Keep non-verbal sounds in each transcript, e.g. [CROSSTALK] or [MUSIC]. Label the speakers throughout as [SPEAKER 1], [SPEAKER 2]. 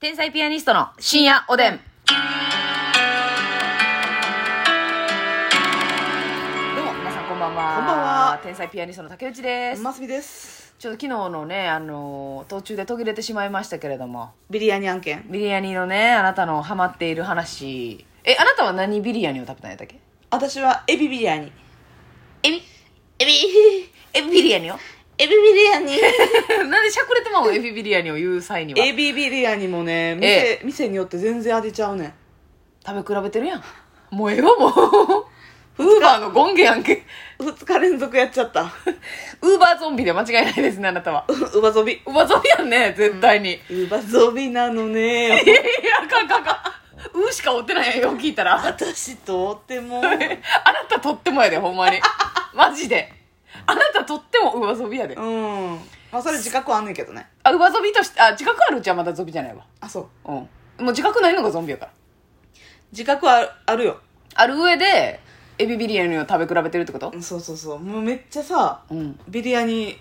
[SPEAKER 1] 天才ピアニストの深夜おでん。どうも、皆さんこんばんは。
[SPEAKER 2] こんばんは
[SPEAKER 1] 天才ピアニストの竹内です。
[SPEAKER 2] ますみです
[SPEAKER 1] ちょっと昨日のね、あのー途中で途切れてしまいましたけれども、
[SPEAKER 2] ビリヤニ案件
[SPEAKER 1] ビリヤニのね、あなたのハマっている話。え、あなたは何ビリヤニを食べたんやったっけ
[SPEAKER 2] 私はエビビリヤニ
[SPEAKER 1] エビ、
[SPEAKER 2] エビ
[SPEAKER 1] エビビリヤニを
[SPEAKER 2] エビビリヤニ
[SPEAKER 1] [LAUGHS] なんでしゃくれてまうのエビビリヤニを言う際には。
[SPEAKER 2] エビビリヤニもね店,、
[SPEAKER 1] え
[SPEAKER 2] 店によって全然味ちゃうねん
[SPEAKER 1] 食べ比べてるやん。もうええわ、もう。ウーバーのゴンゲやんけ。
[SPEAKER 2] 2日連続やっちゃった [LAUGHS]
[SPEAKER 1] ウーバーゾンビで間違いないですね、あなたは。
[SPEAKER 2] うばゾビ
[SPEAKER 1] ウーバーゾンビやんね、絶対に。
[SPEAKER 2] うばゾビな
[SPEAKER 1] [LAUGHS]
[SPEAKER 2] のね
[SPEAKER 1] いやいや、あかんあかんあかん。ウーしか追ってないやん、よう聞いたら。 [LAUGHS] あ
[SPEAKER 2] 私とっ
[SPEAKER 1] [LAUGHS]
[SPEAKER 2] ても
[SPEAKER 1] なたとってもやで、ほんまに。マジで。あなたとってもウーバーゾンビやで
[SPEAKER 2] う。んまあそれ自覚はあんねんけどね
[SPEAKER 1] あ、ウーバーゾンビとして、あ、自覚あるうちはまだゾンビじゃないわ。
[SPEAKER 2] あそう
[SPEAKER 1] うん。もう自覚ないのがゾンビやから。
[SPEAKER 2] 自覚はああるよ
[SPEAKER 1] ある上で、エビビリヤニを食べ比べてるってこと
[SPEAKER 2] うんそうそうそうもうめっちゃさ
[SPEAKER 1] うん。
[SPEAKER 2] ビリヤニ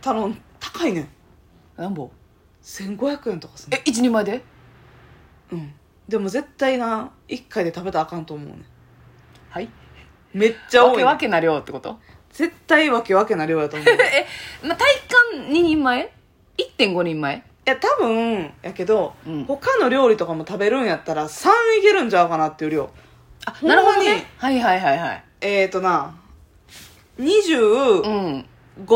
[SPEAKER 2] 頼ん高いねん
[SPEAKER 1] 何本
[SPEAKER 2] 1500円とかすん
[SPEAKER 1] え、一人前で
[SPEAKER 2] うんでも絶対な1回で食べたらあかんと思うねん
[SPEAKER 1] はい。
[SPEAKER 2] めっちゃ多
[SPEAKER 1] わ
[SPEAKER 2] い、
[SPEAKER 1] け
[SPEAKER 2] ね、
[SPEAKER 1] わけな量ってこと
[SPEAKER 2] 絶対わけわけな量やと思うい
[SPEAKER 1] [LAUGHS] え、まあ、体感2人前 ?1.5 人前
[SPEAKER 2] や多分やけど、
[SPEAKER 1] うん
[SPEAKER 2] 他の料理とかも食べるんやったら3いけるんちゃうかなっていう量
[SPEAKER 1] あ、
[SPEAKER 2] ほん
[SPEAKER 1] な
[SPEAKER 2] ま
[SPEAKER 1] る
[SPEAKER 2] に
[SPEAKER 1] ほどね。はいはいはいはい。
[SPEAKER 2] えーとな
[SPEAKER 1] う
[SPEAKER 2] 25
[SPEAKER 1] ん。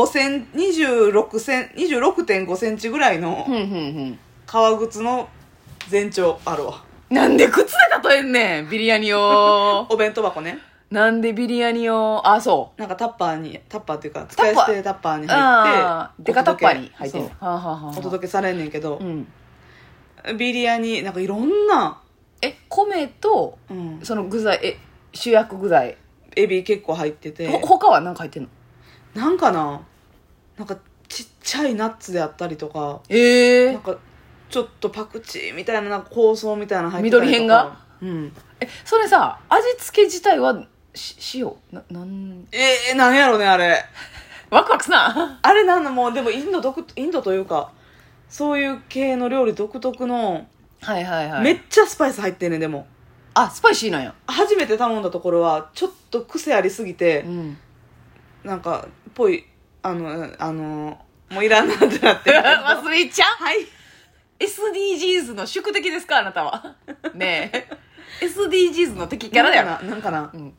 [SPEAKER 2] セン26セン26.5センチぐらいの
[SPEAKER 1] ふんふんふん。
[SPEAKER 2] 革靴の全長あるわ
[SPEAKER 1] なんで靴で例えんねん、ビリヤニを。
[SPEAKER 2] お弁当箱ね
[SPEAKER 1] なんでビリヤニを、あ、そ
[SPEAKER 2] なんかタッパーにタッパーっていうか
[SPEAKER 1] タ
[SPEAKER 2] 使
[SPEAKER 1] ッ
[SPEAKER 2] い
[SPEAKER 1] パー
[SPEAKER 2] 捨てタッパー
[SPEAKER 1] う。
[SPEAKER 2] に入
[SPEAKER 1] あ
[SPEAKER 2] っ
[SPEAKER 1] あ、
[SPEAKER 2] て
[SPEAKER 1] デカタッパーに入ってる。
[SPEAKER 2] そう
[SPEAKER 1] はあ、はあはあはあ
[SPEAKER 2] お届けされんねんけど
[SPEAKER 1] う、ん。
[SPEAKER 2] ビリヤになんかいろんな、
[SPEAKER 1] え、米と、
[SPEAKER 2] うん、
[SPEAKER 1] その具材、え、主役具材。
[SPEAKER 2] エビ結構入ってて
[SPEAKER 1] ほ、他は何か入ってんの
[SPEAKER 2] なんかななんかちっちゃいナッツであったりとか
[SPEAKER 1] ええ
[SPEAKER 2] なんかちょっとパクチーみたいななんか香草みたいなの入ってたりとか
[SPEAKER 1] 緑変が
[SPEAKER 2] うん
[SPEAKER 1] え、それさ、味付け自体は、し、塩な、なん、
[SPEAKER 2] えー、なんやろねあれ
[SPEAKER 1] ワクワクすな。
[SPEAKER 2] あれなんのもうでもインド独インドというかそういう系の料理独特の、
[SPEAKER 1] はいはいはい。
[SPEAKER 2] めっちゃスパイス入ってんねんでも
[SPEAKER 1] あ、スパイシーなんや。
[SPEAKER 2] 初めて頼んだところはちょっと癖ありすぎて
[SPEAKER 1] う、ん。
[SPEAKER 2] なんかっぽいあのあのもういらんなってな
[SPEAKER 1] [LAUGHS]
[SPEAKER 2] って
[SPEAKER 1] マスミちゃん
[SPEAKER 2] はい
[SPEAKER 1] SDGs の宿敵ですかあなた [LAUGHS] はねえ SDGs の敵キャラだよな
[SPEAKER 2] なんかななんかな
[SPEAKER 1] うん、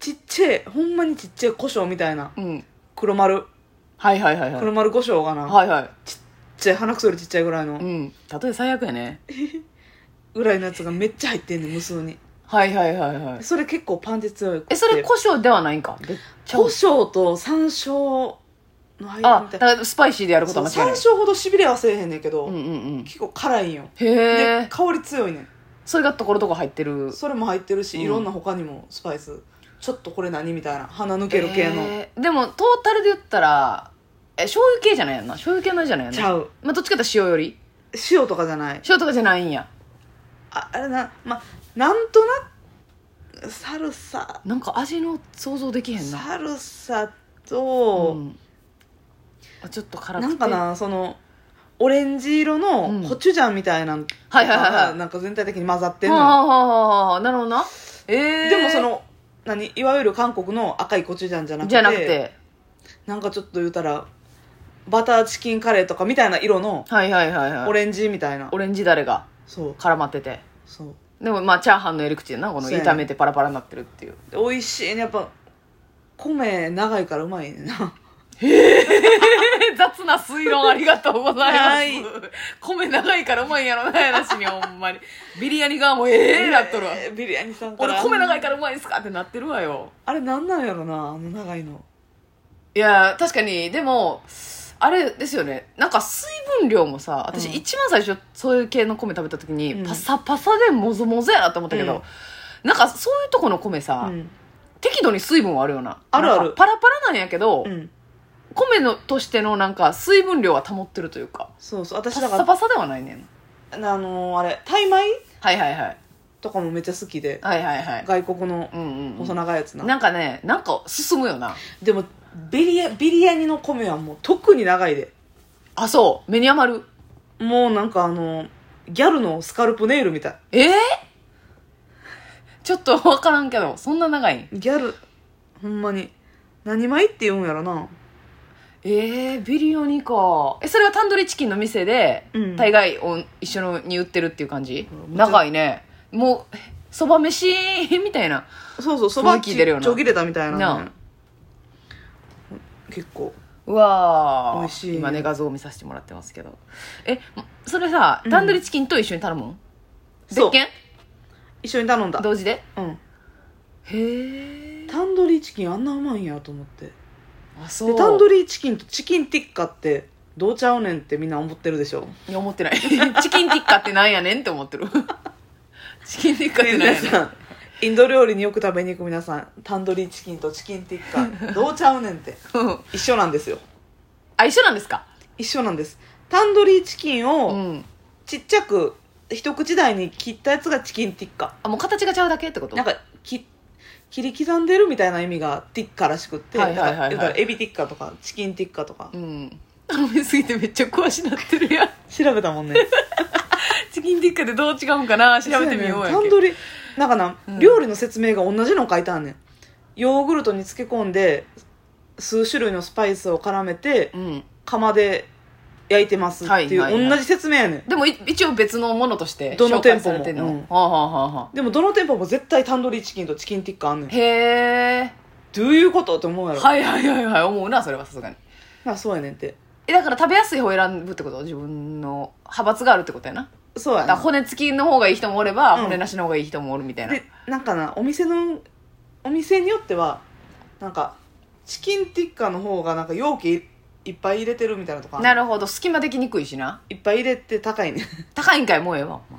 [SPEAKER 2] ちっちゃいほんまにちっちゃい胡椒みたいな
[SPEAKER 1] うん、
[SPEAKER 2] 黒丸
[SPEAKER 1] はいはいはいはい
[SPEAKER 2] 黒丸胡椒がな、ちっ
[SPEAKER 1] はいはい
[SPEAKER 2] ちゃい鼻くそよりちっちゃいぐらいの
[SPEAKER 1] うん例え最悪やね
[SPEAKER 2] ぐらいのやつがめっちゃ入ってんねん無数に
[SPEAKER 1] はいはいはいはい
[SPEAKER 2] それ結構パンチ強い
[SPEAKER 1] えそれ
[SPEAKER 2] 胡
[SPEAKER 1] 胡椒ではないんかで
[SPEAKER 2] 椒と山椒の間
[SPEAKER 1] あ
[SPEAKER 2] み
[SPEAKER 1] だ
[SPEAKER 2] たい
[SPEAKER 1] か
[SPEAKER 2] な
[SPEAKER 1] らスパイシーでやること
[SPEAKER 2] そう
[SPEAKER 1] は
[SPEAKER 2] 山
[SPEAKER 1] 間違いない
[SPEAKER 2] 椒ほどしびれはせえへんねんけど、
[SPEAKER 1] うんうんうん
[SPEAKER 2] 結構辛いんよ
[SPEAKER 1] へ
[SPEAKER 2] で
[SPEAKER 1] え
[SPEAKER 2] 香り強いねん
[SPEAKER 1] それがところどころ入ってる
[SPEAKER 2] それも入ってるし、
[SPEAKER 1] うん
[SPEAKER 2] いろんな他にもスパイスちょっとこれ何みたいな鼻抜ける系の、
[SPEAKER 1] へえでもトータルで言ったらえ醤油系じゃないやんな醤油系の味じゃないやん
[SPEAKER 2] ち
[SPEAKER 1] な、
[SPEAKER 2] ゃう
[SPEAKER 1] まあ、どっちかというと塩より
[SPEAKER 2] 塩とかじゃない
[SPEAKER 1] 塩とかじゃないんや
[SPEAKER 2] ああれなまあなんとなくサルサ
[SPEAKER 1] なんか味の想像できへんな
[SPEAKER 2] サルサと、
[SPEAKER 1] ん、あちょっと辛くて
[SPEAKER 2] なんかなそのオレンジ色
[SPEAKER 1] うん
[SPEAKER 2] のコチュジャンみたいなの
[SPEAKER 1] はいはいはいはい
[SPEAKER 2] なんか全体的に混ざってん
[SPEAKER 1] は
[SPEAKER 2] の
[SPEAKER 1] あ
[SPEAKER 2] よ、
[SPEAKER 1] はあはあはあなるほどなええ
[SPEAKER 2] でもその何いわゆる韓国の赤いコチュジャンじゃなくて
[SPEAKER 1] じゃなくて
[SPEAKER 2] なんかちょっと言うたらバターチキンカレーとかみたいな色の
[SPEAKER 1] はいはいはいはい
[SPEAKER 2] オレンジみたいな、
[SPEAKER 1] オレンジだれが
[SPEAKER 2] そう
[SPEAKER 1] 絡まってて
[SPEAKER 2] そう
[SPEAKER 1] でもまあチャーハンのやり口やなこの
[SPEAKER 2] そうやね
[SPEAKER 1] 炒めてパラパラになってるっていう [LAUGHS]
[SPEAKER 2] で美味しいねやっぱ米長いからうまいねんな
[SPEAKER 1] 雑な推論ありがとうございます、
[SPEAKER 2] は
[SPEAKER 1] 米長いからうまいんやろな話にほんまにビリヤニ側もええなっとるわ
[SPEAKER 2] えービリヤニさんから
[SPEAKER 1] 俺米長いからうまいんすかってなってるわよ
[SPEAKER 2] あれなんなんやろなあの長いの
[SPEAKER 1] いやー確かにでもあれですよねなんか水分量もさ私
[SPEAKER 2] うん
[SPEAKER 1] 一番最初そういう系の米食べた時に、
[SPEAKER 2] うん
[SPEAKER 1] パサパサでもぞもぞやなと思ったけど、なんかそういうとこの米さ、
[SPEAKER 2] うん
[SPEAKER 1] 適度に水分はあるよな
[SPEAKER 2] あるある
[SPEAKER 1] なんかパラパラなんやけど、
[SPEAKER 2] うん
[SPEAKER 1] 米のとしてのなんか水分量は保ってるというか
[SPEAKER 2] そうそう
[SPEAKER 1] パ
[SPEAKER 2] 私だ
[SPEAKER 1] ッサ
[SPEAKER 2] か
[SPEAKER 1] パサではないねん
[SPEAKER 2] らあのーあれタイ米
[SPEAKER 1] はいはいはい
[SPEAKER 2] とかもめっちゃ好きで
[SPEAKER 1] はいはいはい
[SPEAKER 2] 外国の
[SPEAKER 1] うんうん、う
[SPEAKER 2] 細長いやつな、
[SPEAKER 1] ん、なんかねなんか進むよな
[SPEAKER 2] でもビリヤビリヤニの米はもう特に長いで
[SPEAKER 1] あそう目に余る
[SPEAKER 2] もうなんかあのーギャルのスカルプネイルみたい
[SPEAKER 1] えー、ちょっと分からんけどそんな長いん
[SPEAKER 2] ギャルほんまに何枚って言うんやろな
[SPEAKER 1] えー、ビリヤニかえそれはタンドリーチキンの店で、
[SPEAKER 2] うん
[SPEAKER 1] 大概お一緒に売ってるっていう感じ
[SPEAKER 2] うん
[SPEAKER 1] 長いねもうそば飯みたいな
[SPEAKER 2] そうそうそば
[SPEAKER 1] 雰囲
[SPEAKER 2] ち
[SPEAKER 1] 気出るよな
[SPEAKER 2] ちょぎれたみたいなね
[SPEAKER 1] な
[SPEAKER 2] 結構
[SPEAKER 1] うわー
[SPEAKER 2] 美味しい
[SPEAKER 1] 今ね画像を見させてもらってますけどえそれさ
[SPEAKER 2] うん
[SPEAKER 1] タンドリーチキンと一緒に頼むん、
[SPEAKER 2] そう
[SPEAKER 1] 別件
[SPEAKER 2] 一緒に頼んだ
[SPEAKER 1] 同時で
[SPEAKER 2] うん
[SPEAKER 1] へえ
[SPEAKER 2] タンドリーチキンあんなうまいんやと思って
[SPEAKER 1] あそ
[SPEAKER 2] で
[SPEAKER 1] う
[SPEAKER 2] タンドリーチキンとチキンティッカってどうちゃうねんってみんな思ってるでしょ
[SPEAKER 1] いや思ってない [LAUGHS] チキンティッカってなんやねんって思
[SPEAKER 2] [LAUGHS]
[SPEAKER 1] ってるチキンティッカってなん
[SPEAKER 2] 皆
[SPEAKER 1] やねん
[SPEAKER 2] さんインド料理によく食べに行く皆さんタンドリーチキンとチキンティッカどうちゃうねんって
[SPEAKER 1] うん
[SPEAKER 2] 一緒なんですよ
[SPEAKER 1] あ一緒なんですか
[SPEAKER 2] 一緒なんですタンドリーチキン
[SPEAKER 1] う
[SPEAKER 2] を
[SPEAKER 1] ん
[SPEAKER 2] ちっちゃく一口大に切ったやつがチキンティッカ
[SPEAKER 1] あもう形がちゃうだけってこと
[SPEAKER 2] なんかき切り刻んでるみたいな意味がティッカらしくって、
[SPEAKER 1] はいはいはいはい
[SPEAKER 2] だから言うたらエビティッカとかチキンティッカとか
[SPEAKER 1] うん食べ過ぎてめっちゃ詳しなってる
[SPEAKER 2] [LAUGHS]
[SPEAKER 1] やん
[SPEAKER 2] 調べたもんね
[SPEAKER 1] チキンティッカってどう違うんかな調べてみようや
[SPEAKER 2] タン
[SPEAKER 1] け
[SPEAKER 2] ドリーなんかな、
[SPEAKER 1] うん
[SPEAKER 2] 料理の説明が同じの書いてあんねんヨーグルトに漬け込んで数種類のスパイスを絡めて
[SPEAKER 1] うん
[SPEAKER 2] 釜で焼いてますっていう、
[SPEAKER 1] はいはいはい
[SPEAKER 2] 同じ説明やねん
[SPEAKER 1] でもい一応別のものとして
[SPEAKER 2] どの
[SPEAKER 1] 紹介されてん
[SPEAKER 2] 店舗
[SPEAKER 1] の
[SPEAKER 2] もうん
[SPEAKER 1] はあはあはあはあ
[SPEAKER 2] でもどの店舗も絶対タンドリーチキンとチキンティッカあんねん
[SPEAKER 1] へえ
[SPEAKER 2] どういうことって思うやろ、
[SPEAKER 1] はいはいはいはい思うなそれはさすがに
[SPEAKER 2] まあそうやねんって
[SPEAKER 1] えだから食べやすい方を選ぶってこと自分の派閥があるってことやな
[SPEAKER 2] そうや
[SPEAKER 1] だから
[SPEAKER 2] な
[SPEAKER 1] 骨付きの方がいい人もおれば、
[SPEAKER 2] うん
[SPEAKER 1] 骨なしの方がいい人もおるみたいな
[SPEAKER 2] でなんかなお店のお店によってはなんかチキンティッカの方がなんか容器いっぱい入れてるみたいなとか
[SPEAKER 1] なるほど隙間できにくいしない
[SPEAKER 2] っぱい入れて高いねん
[SPEAKER 1] 高いんかいもうええわ
[SPEAKER 2] [LAUGHS]
[SPEAKER 1] お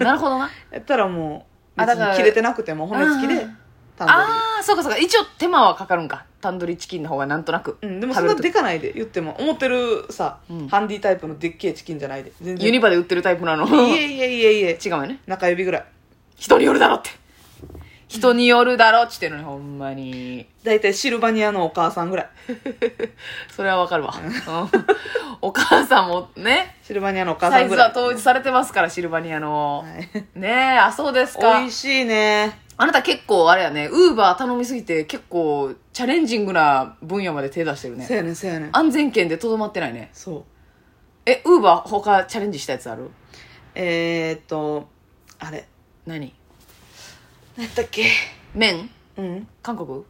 [SPEAKER 1] 前なるほどな
[SPEAKER 2] やったらもう
[SPEAKER 1] あ
[SPEAKER 2] 別
[SPEAKER 1] だから
[SPEAKER 2] に切れてなくても骨付きで
[SPEAKER 1] あ
[SPEAKER 2] タン
[SPEAKER 1] あーそうかそうか一応手間はかかるんかタンドリーチキンの方がなんとなく、
[SPEAKER 2] ドリーうんでもそんな
[SPEAKER 1] 食べ
[SPEAKER 2] でかないで言っても思ってるさ、
[SPEAKER 1] うん
[SPEAKER 2] ハンディタイプのでっけえチキンじゃないで全然
[SPEAKER 1] ユニバで売ってるタイプなの
[SPEAKER 2] い
[SPEAKER 1] 違う
[SPEAKER 2] えいえいえいえ
[SPEAKER 1] よね
[SPEAKER 2] 中指ぐらい
[SPEAKER 1] 人によるだろって人によるだろっちってんのにほんまに [LAUGHS]
[SPEAKER 2] 大体シルバニアのお母さんぐらい
[SPEAKER 1] それはわかる
[SPEAKER 2] [LAUGHS]
[SPEAKER 1] わ、うんお母さんもね
[SPEAKER 2] シルバニアのお母
[SPEAKER 1] サ
[SPEAKER 2] さ
[SPEAKER 1] イ
[SPEAKER 2] ん
[SPEAKER 1] ズ
[SPEAKER 2] ぐら
[SPEAKER 1] はい統一されてますからシルバニアの、
[SPEAKER 2] はい
[SPEAKER 1] ねえあそうですか
[SPEAKER 2] 美味しいね
[SPEAKER 1] あなた結構あれやねウーバー頼みすぎて結構チャレンジングな分野まで手出してるね
[SPEAKER 2] そうやねんそうやねん
[SPEAKER 1] 安全圏でとどまってないね
[SPEAKER 2] そう
[SPEAKER 1] えウーバー他チャレンジしたやつある
[SPEAKER 2] えー、っとあれ
[SPEAKER 1] 何
[SPEAKER 2] 何やったっけ
[SPEAKER 1] 麺
[SPEAKER 2] うん
[SPEAKER 1] 韓国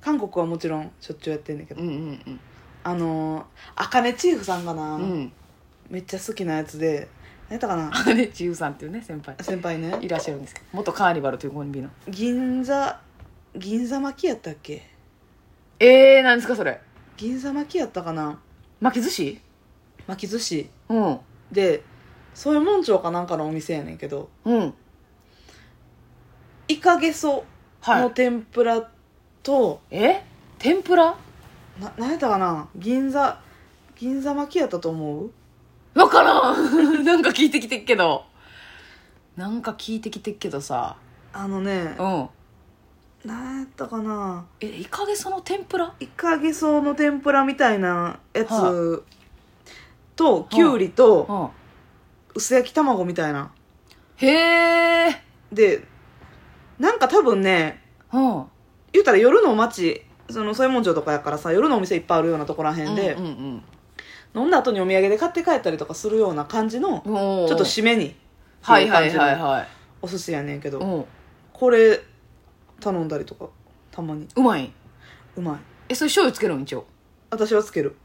[SPEAKER 2] 韓国はもちろんしょっちゅうやってんだけど、
[SPEAKER 1] うんうん
[SPEAKER 2] あのー、あかねチーフさんがな、
[SPEAKER 1] うんうん
[SPEAKER 2] めっちゃ好きなやつで何やったかな
[SPEAKER 1] あねちゆさんっていうね先輩
[SPEAKER 2] 先輩ね
[SPEAKER 1] いらっしゃるんですけど元カーニバルというコンビの
[SPEAKER 2] 銀座銀座巻きやったっけ
[SPEAKER 1] えー、何ですかそれ
[SPEAKER 2] 銀座巻きやったかな
[SPEAKER 1] 巻き寿司
[SPEAKER 2] 巻き寿司
[SPEAKER 1] うん
[SPEAKER 2] でそういうもんちょうかなんかのお店やねんけど
[SPEAKER 1] うん
[SPEAKER 2] イカゲソ
[SPEAKER 1] は
[SPEAKER 2] の
[SPEAKER 1] い
[SPEAKER 2] 天ぷらと、
[SPEAKER 1] え天ぷら
[SPEAKER 2] な何やったかな銀座銀座巻きやったと思う
[SPEAKER 1] わからん [LAUGHS] なんか聞いてきてっけどなんか聞いてきてっけどさ
[SPEAKER 2] あのね
[SPEAKER 1] うん
[SPEAKER 2] 何やったかな
[SPEAKER 1] えイカゲソの天ぷら
[SPEAKER 2] イカゲソの天ぷらみたいなやつ、
[SPEAKER 1] は
[SPEAKER 2] ときゅうりと
[SPEAKER 1] うん
[SPEAKER 2] 薄焼き卵みたいな
[SPEAKER 1] へえ
[SPEAKER 2] でなんか多分ね
[SPEAKER 1] うん
[SPEAKER 2] 言うたら夜の街そのそういうもんじょとかやからさ夜のお店いっぱいあるようなとこらへんで、
[SPEAKER 1] うんうん
[SPEAKER 2] 飲んだ後にお土産で買って帰ったりとかするような感じの
[SPEAKER 1] う
[SPEAKER 2] ち
[SPEAKER 1] ん、
[SPEAKER 2] ょ
[SPEAKER 1] お
[SPEAKER 2] っ
[SPEAKER 1] ー
[SPEAKER 2] と締めに
[SPEAKER 1] は
[SPEAKER 2] はいい
[SPEAKER 1] は
[SPEAKER 2] はいい
[SPEAKER 1] は
[SPEAKER 2] はいい
[SPEAKER 1] は
[SPEAKER 2] お寿司やねんけ
[SPEAKER 1] い
[SPEAKER 2] ど、
[SPEAKER 1] うん
[SPEAKER 2] これ頼んだりとかたまに
[SPEAKER 1] うまいう
[SPEAKER 2] まい
[SPEAKER 1] えそれ醤油つけるん一応
[SPEAKER 2] 私はつける、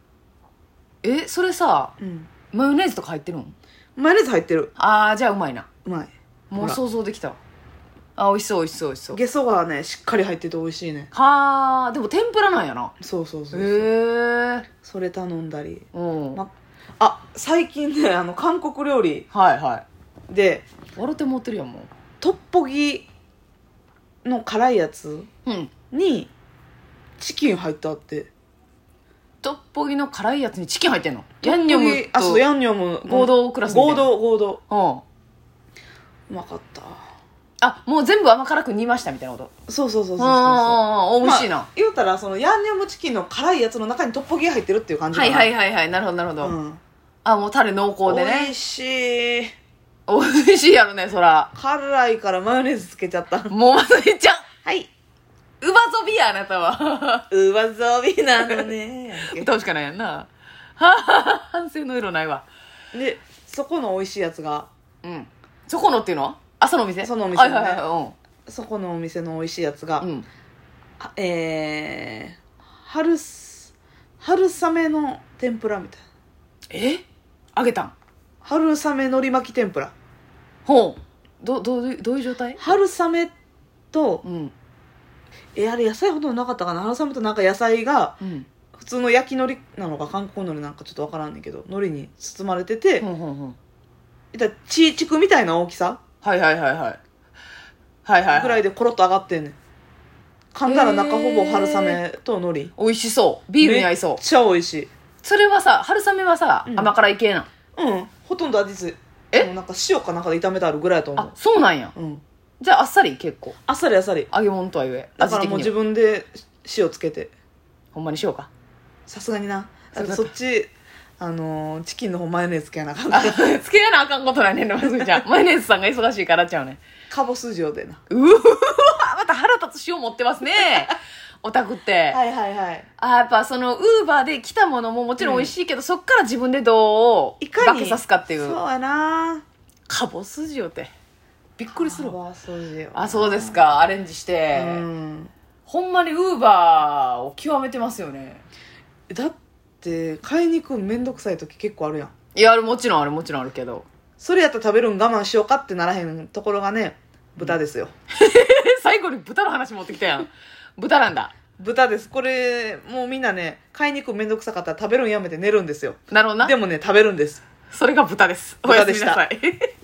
[SPEAKER 1] えそれさ
[SPEAKER 2] うん、
[SPEAKER 1] マヨネーズとか入ってるん
[SPEAKER 2] マヨネーズ入ってる
[SPEAKER 1] あーじゃあうまいな
[SPEAKER 2] うまい
[SPEAKER 1] も
[SPEAKER 2] ほ
[SPEAKER 1] う
[SPEAKER 2] ら
[SPEAKER 1] 想像できたあ美味しそう美味しそう美味しそう
[SPEAKER 2] ゲソがねしっかり入ってて美味しいね
[SPEAKER 1] はーでも天ぷらなんやな
[SPEAKER 2] そうそうそうそう、
[SPEAKER 1] へえ
[SPEAKER 2] それ頼んだり
[SPEAKER 1] うん
[SPEAKER 2] まあ最近ねあの韓国料理
[SPEAKER 1] はいはい
[SPEAKER 2] で
[SPEAKER 1] 笑って持ってるやんも
[SPEAKER 2] トッポギの辛いやつ
[SPEAKER 1] ううん
[SPEAKER 2] にチキン入ってあって
[SPEAKER 1] トッポギの辛いやつにチキン入ってんの
[SPEAKER 2] トッポギ
[SPEAKER 1] ヤンニョム
[SPEAKER 2] あそう
[SPEAKER 1] と
[SPEAKER 2] ヤンニョム
[SPEAKER 1] 合同クラスみた
[SPEAKER 2] 合
[SPEAKER 1] いな
[SPEAKER 2] 同合同
[SPEAKER 1] うん
[SPEAKER 2] うまかった
[SPEAKER 1] あもう全部甘辛く煮ましたみたいなこと
[SPEAKER 2] そうそうそうそうそう
[SPEAKER 1] うんうんうんうん美味しいな、
[SPEAKER 2] まあ言うたらそのヤンニョムチキンの辛いやつの中にトッポギが入ってるっていう感じ
[SPEAKER 1] はいはい
[SPEAKER 2] は
[SPEAKER 1] はいはいなるほどなるほど、
[SPEAKER 2] うん、
[SPEAKER 1] あもうタレ濃厚で
[SPEAKER 2] 美
[SPEAKER 1] ね
[SPEAKER 2] 味しい
[SPEAKER 1] 美味しいやろね、そら。
[SPEAKER 2] 辛いからマヨネーズつけち
[SPEAKER 1] [LAUGHS]
[SPEAKER 2] ゃった
[SPEAKER 1] もうまさみちゃん、
[SPEAKER 2] はい
[SPEAKER 1] うばそびや、あなたは。
[SPEAKER 2] 上ぞびなの
[SPEAKER 1] [LAUGHS]
[SPEAKER 2] ね
[SPEAKER 1] 歌うしかないやんな。はぁ反省の色ないわ。
[SPEAKER 2] でそこの美味しいやつが
[SPEAKER 1] うん。そこのっていうのは朝のお店
[SPEAKER 2] そのお店
[SPEAKER 1] はい
[SPEAKER 2] のね
[SPEAKER 1] はいは
[SPEAKER 2] そこのお店の美味しいやつが、
[SPEAKER 1] い。うん。うん。
[SPEAKER 2] あえー、春す春雨の天ぷらみたいな
[SPEAKER 1] えあげたん
[SPEAKER 2] 春雨のり巻き天ぷら
[SPEAKER 1] ほう。ど、どういう、どういう状態
[SPEAKER 2] 春雨と
[SPEAKER 1] うん。
[SPEAKER 2] えあれ野菜ほとんどなかったかな春雨となんか野菜が
[SPEAKER 1] うん。
[SPEAKER 2] 普通の焼き海苔なのか韓国海苔なんかちょっとわからんねんけど海苔に包まれてて、
[SPEAKER 1] ほんほんほん。
[SPEAKER 2] だからチーチクみたいな大きさ
[SPEAKER 1] はいはいはいはい。はいはい、
[SPEAKER 2] ぐらい
[SPEAKER 1] で。
[SPEAKER 2] でコロッと上がってんねん噛んだら中ほぼ春雨と海苔
[SPEAKER 1] 美味しそう。ビールに合い
[SPEAKER 2] め
[SPEAKER 1] そ
[SPEAKER 2] っ
[SPEAKER 1] う。
[SPEAKER 2] ちゃ美味しい
[SPEAKER 1] それはさ、春雨はさ、
[SPEAKER 2] うん
[SPEAKER 1] 甘辛い系なん。
[SPEAKER 2] うんほとんど味付い
[SPEAKER 1] え
[SPEAKER 2] あのなんか塩かなんかで炒めてあるぐらいやと
[SPEAKER 1] あ
[SPEAKER 2] 思、
[SPEAKER 1] そうなんや。
[SPEAKER 2] ううん
[SPEAKER 1] じゃああっさり結構。
[SPEAKER 2] あっさりあっさり
[SPEAKER 1] 揚げ物とはいえ、
[SPEAKER 2] だ
[SPEAKER 1] 味
[SPEAKER 2] から
[SPEAKER 1] 的
[SPEAKER 2] もう
[SPEAKER 1] に
[SPEAKER 2] 自
[SPEAKER 1] は。
[SPEAKER 2] 分で塩つけて
[SPEAKER 1] ほんまにしようか。 [LAUGHS]
[SPEAKER 2] さすがになだって
[SPEAKER 1] そ
[SPEAKER 2] そうっちあのーチキンの方マヨネーズつけやなあかん
[SPEAKER 1] あ
[SPEAKER 2] から
[SPEAKER 1] つけやなあかんことないねんな、まつみちゃん。マヨネーズさんが忙しいからちゃうねん。
[SPEAKER 2] かぼす塩でな
[SPEAKER 1] うわまた腹立つ塩持ってますね。オタクって。
[SPEAKER 2] はいはいはい
[SPEAKER 1] あーやっぱその、ウーバーで来たものももちろん美味しいけど、そっから自分でどう、
[SPEAKER 2] いかに
[SPEAKER 1] 化けさすかってい
[SPEAKER 2] そう
[SPEAKER 1] う。
[SPEAKER 2] やな
[SPEAKER 1] かぼす塩って。びっくりするわ。
[SPEAKER 2] わそう塩
[SPEAKER 1] あ、そうですか。アレンジして。
[SPEAKER 2] うん
[SPEAKER 1] ほんまにウーバーを極めてますよね。
[SPEAKER 2] だって買いに行くんめんどくさい時結構あるやん
[SPEAKER 1] いや、あれもちろんあれもちろんあるけど。
[SPEAKER 2] それやったら食べるん我慢しようかってならへんところがね豚ですよ、
[SPEAKER 1] 最後に豚の話持ってきたやん。豚なんだ。
[SPEAKER 2] 豚ですこれもうみんなね買いに行くんめんどくさかったら食べるんやめて寝るんですよ
[SPEAKER 1] なるほどな。
[SPEAKER 2] でもね食べるんです
[SPEAKER 1] それが豚です。おや
[SPEAKER 2] 豚
[SPEAKER 1] す
[SPEAKER 2] で
[SPEAKER 1] みな
[SPEAKER 2] した
[SPEAKER 1] さい。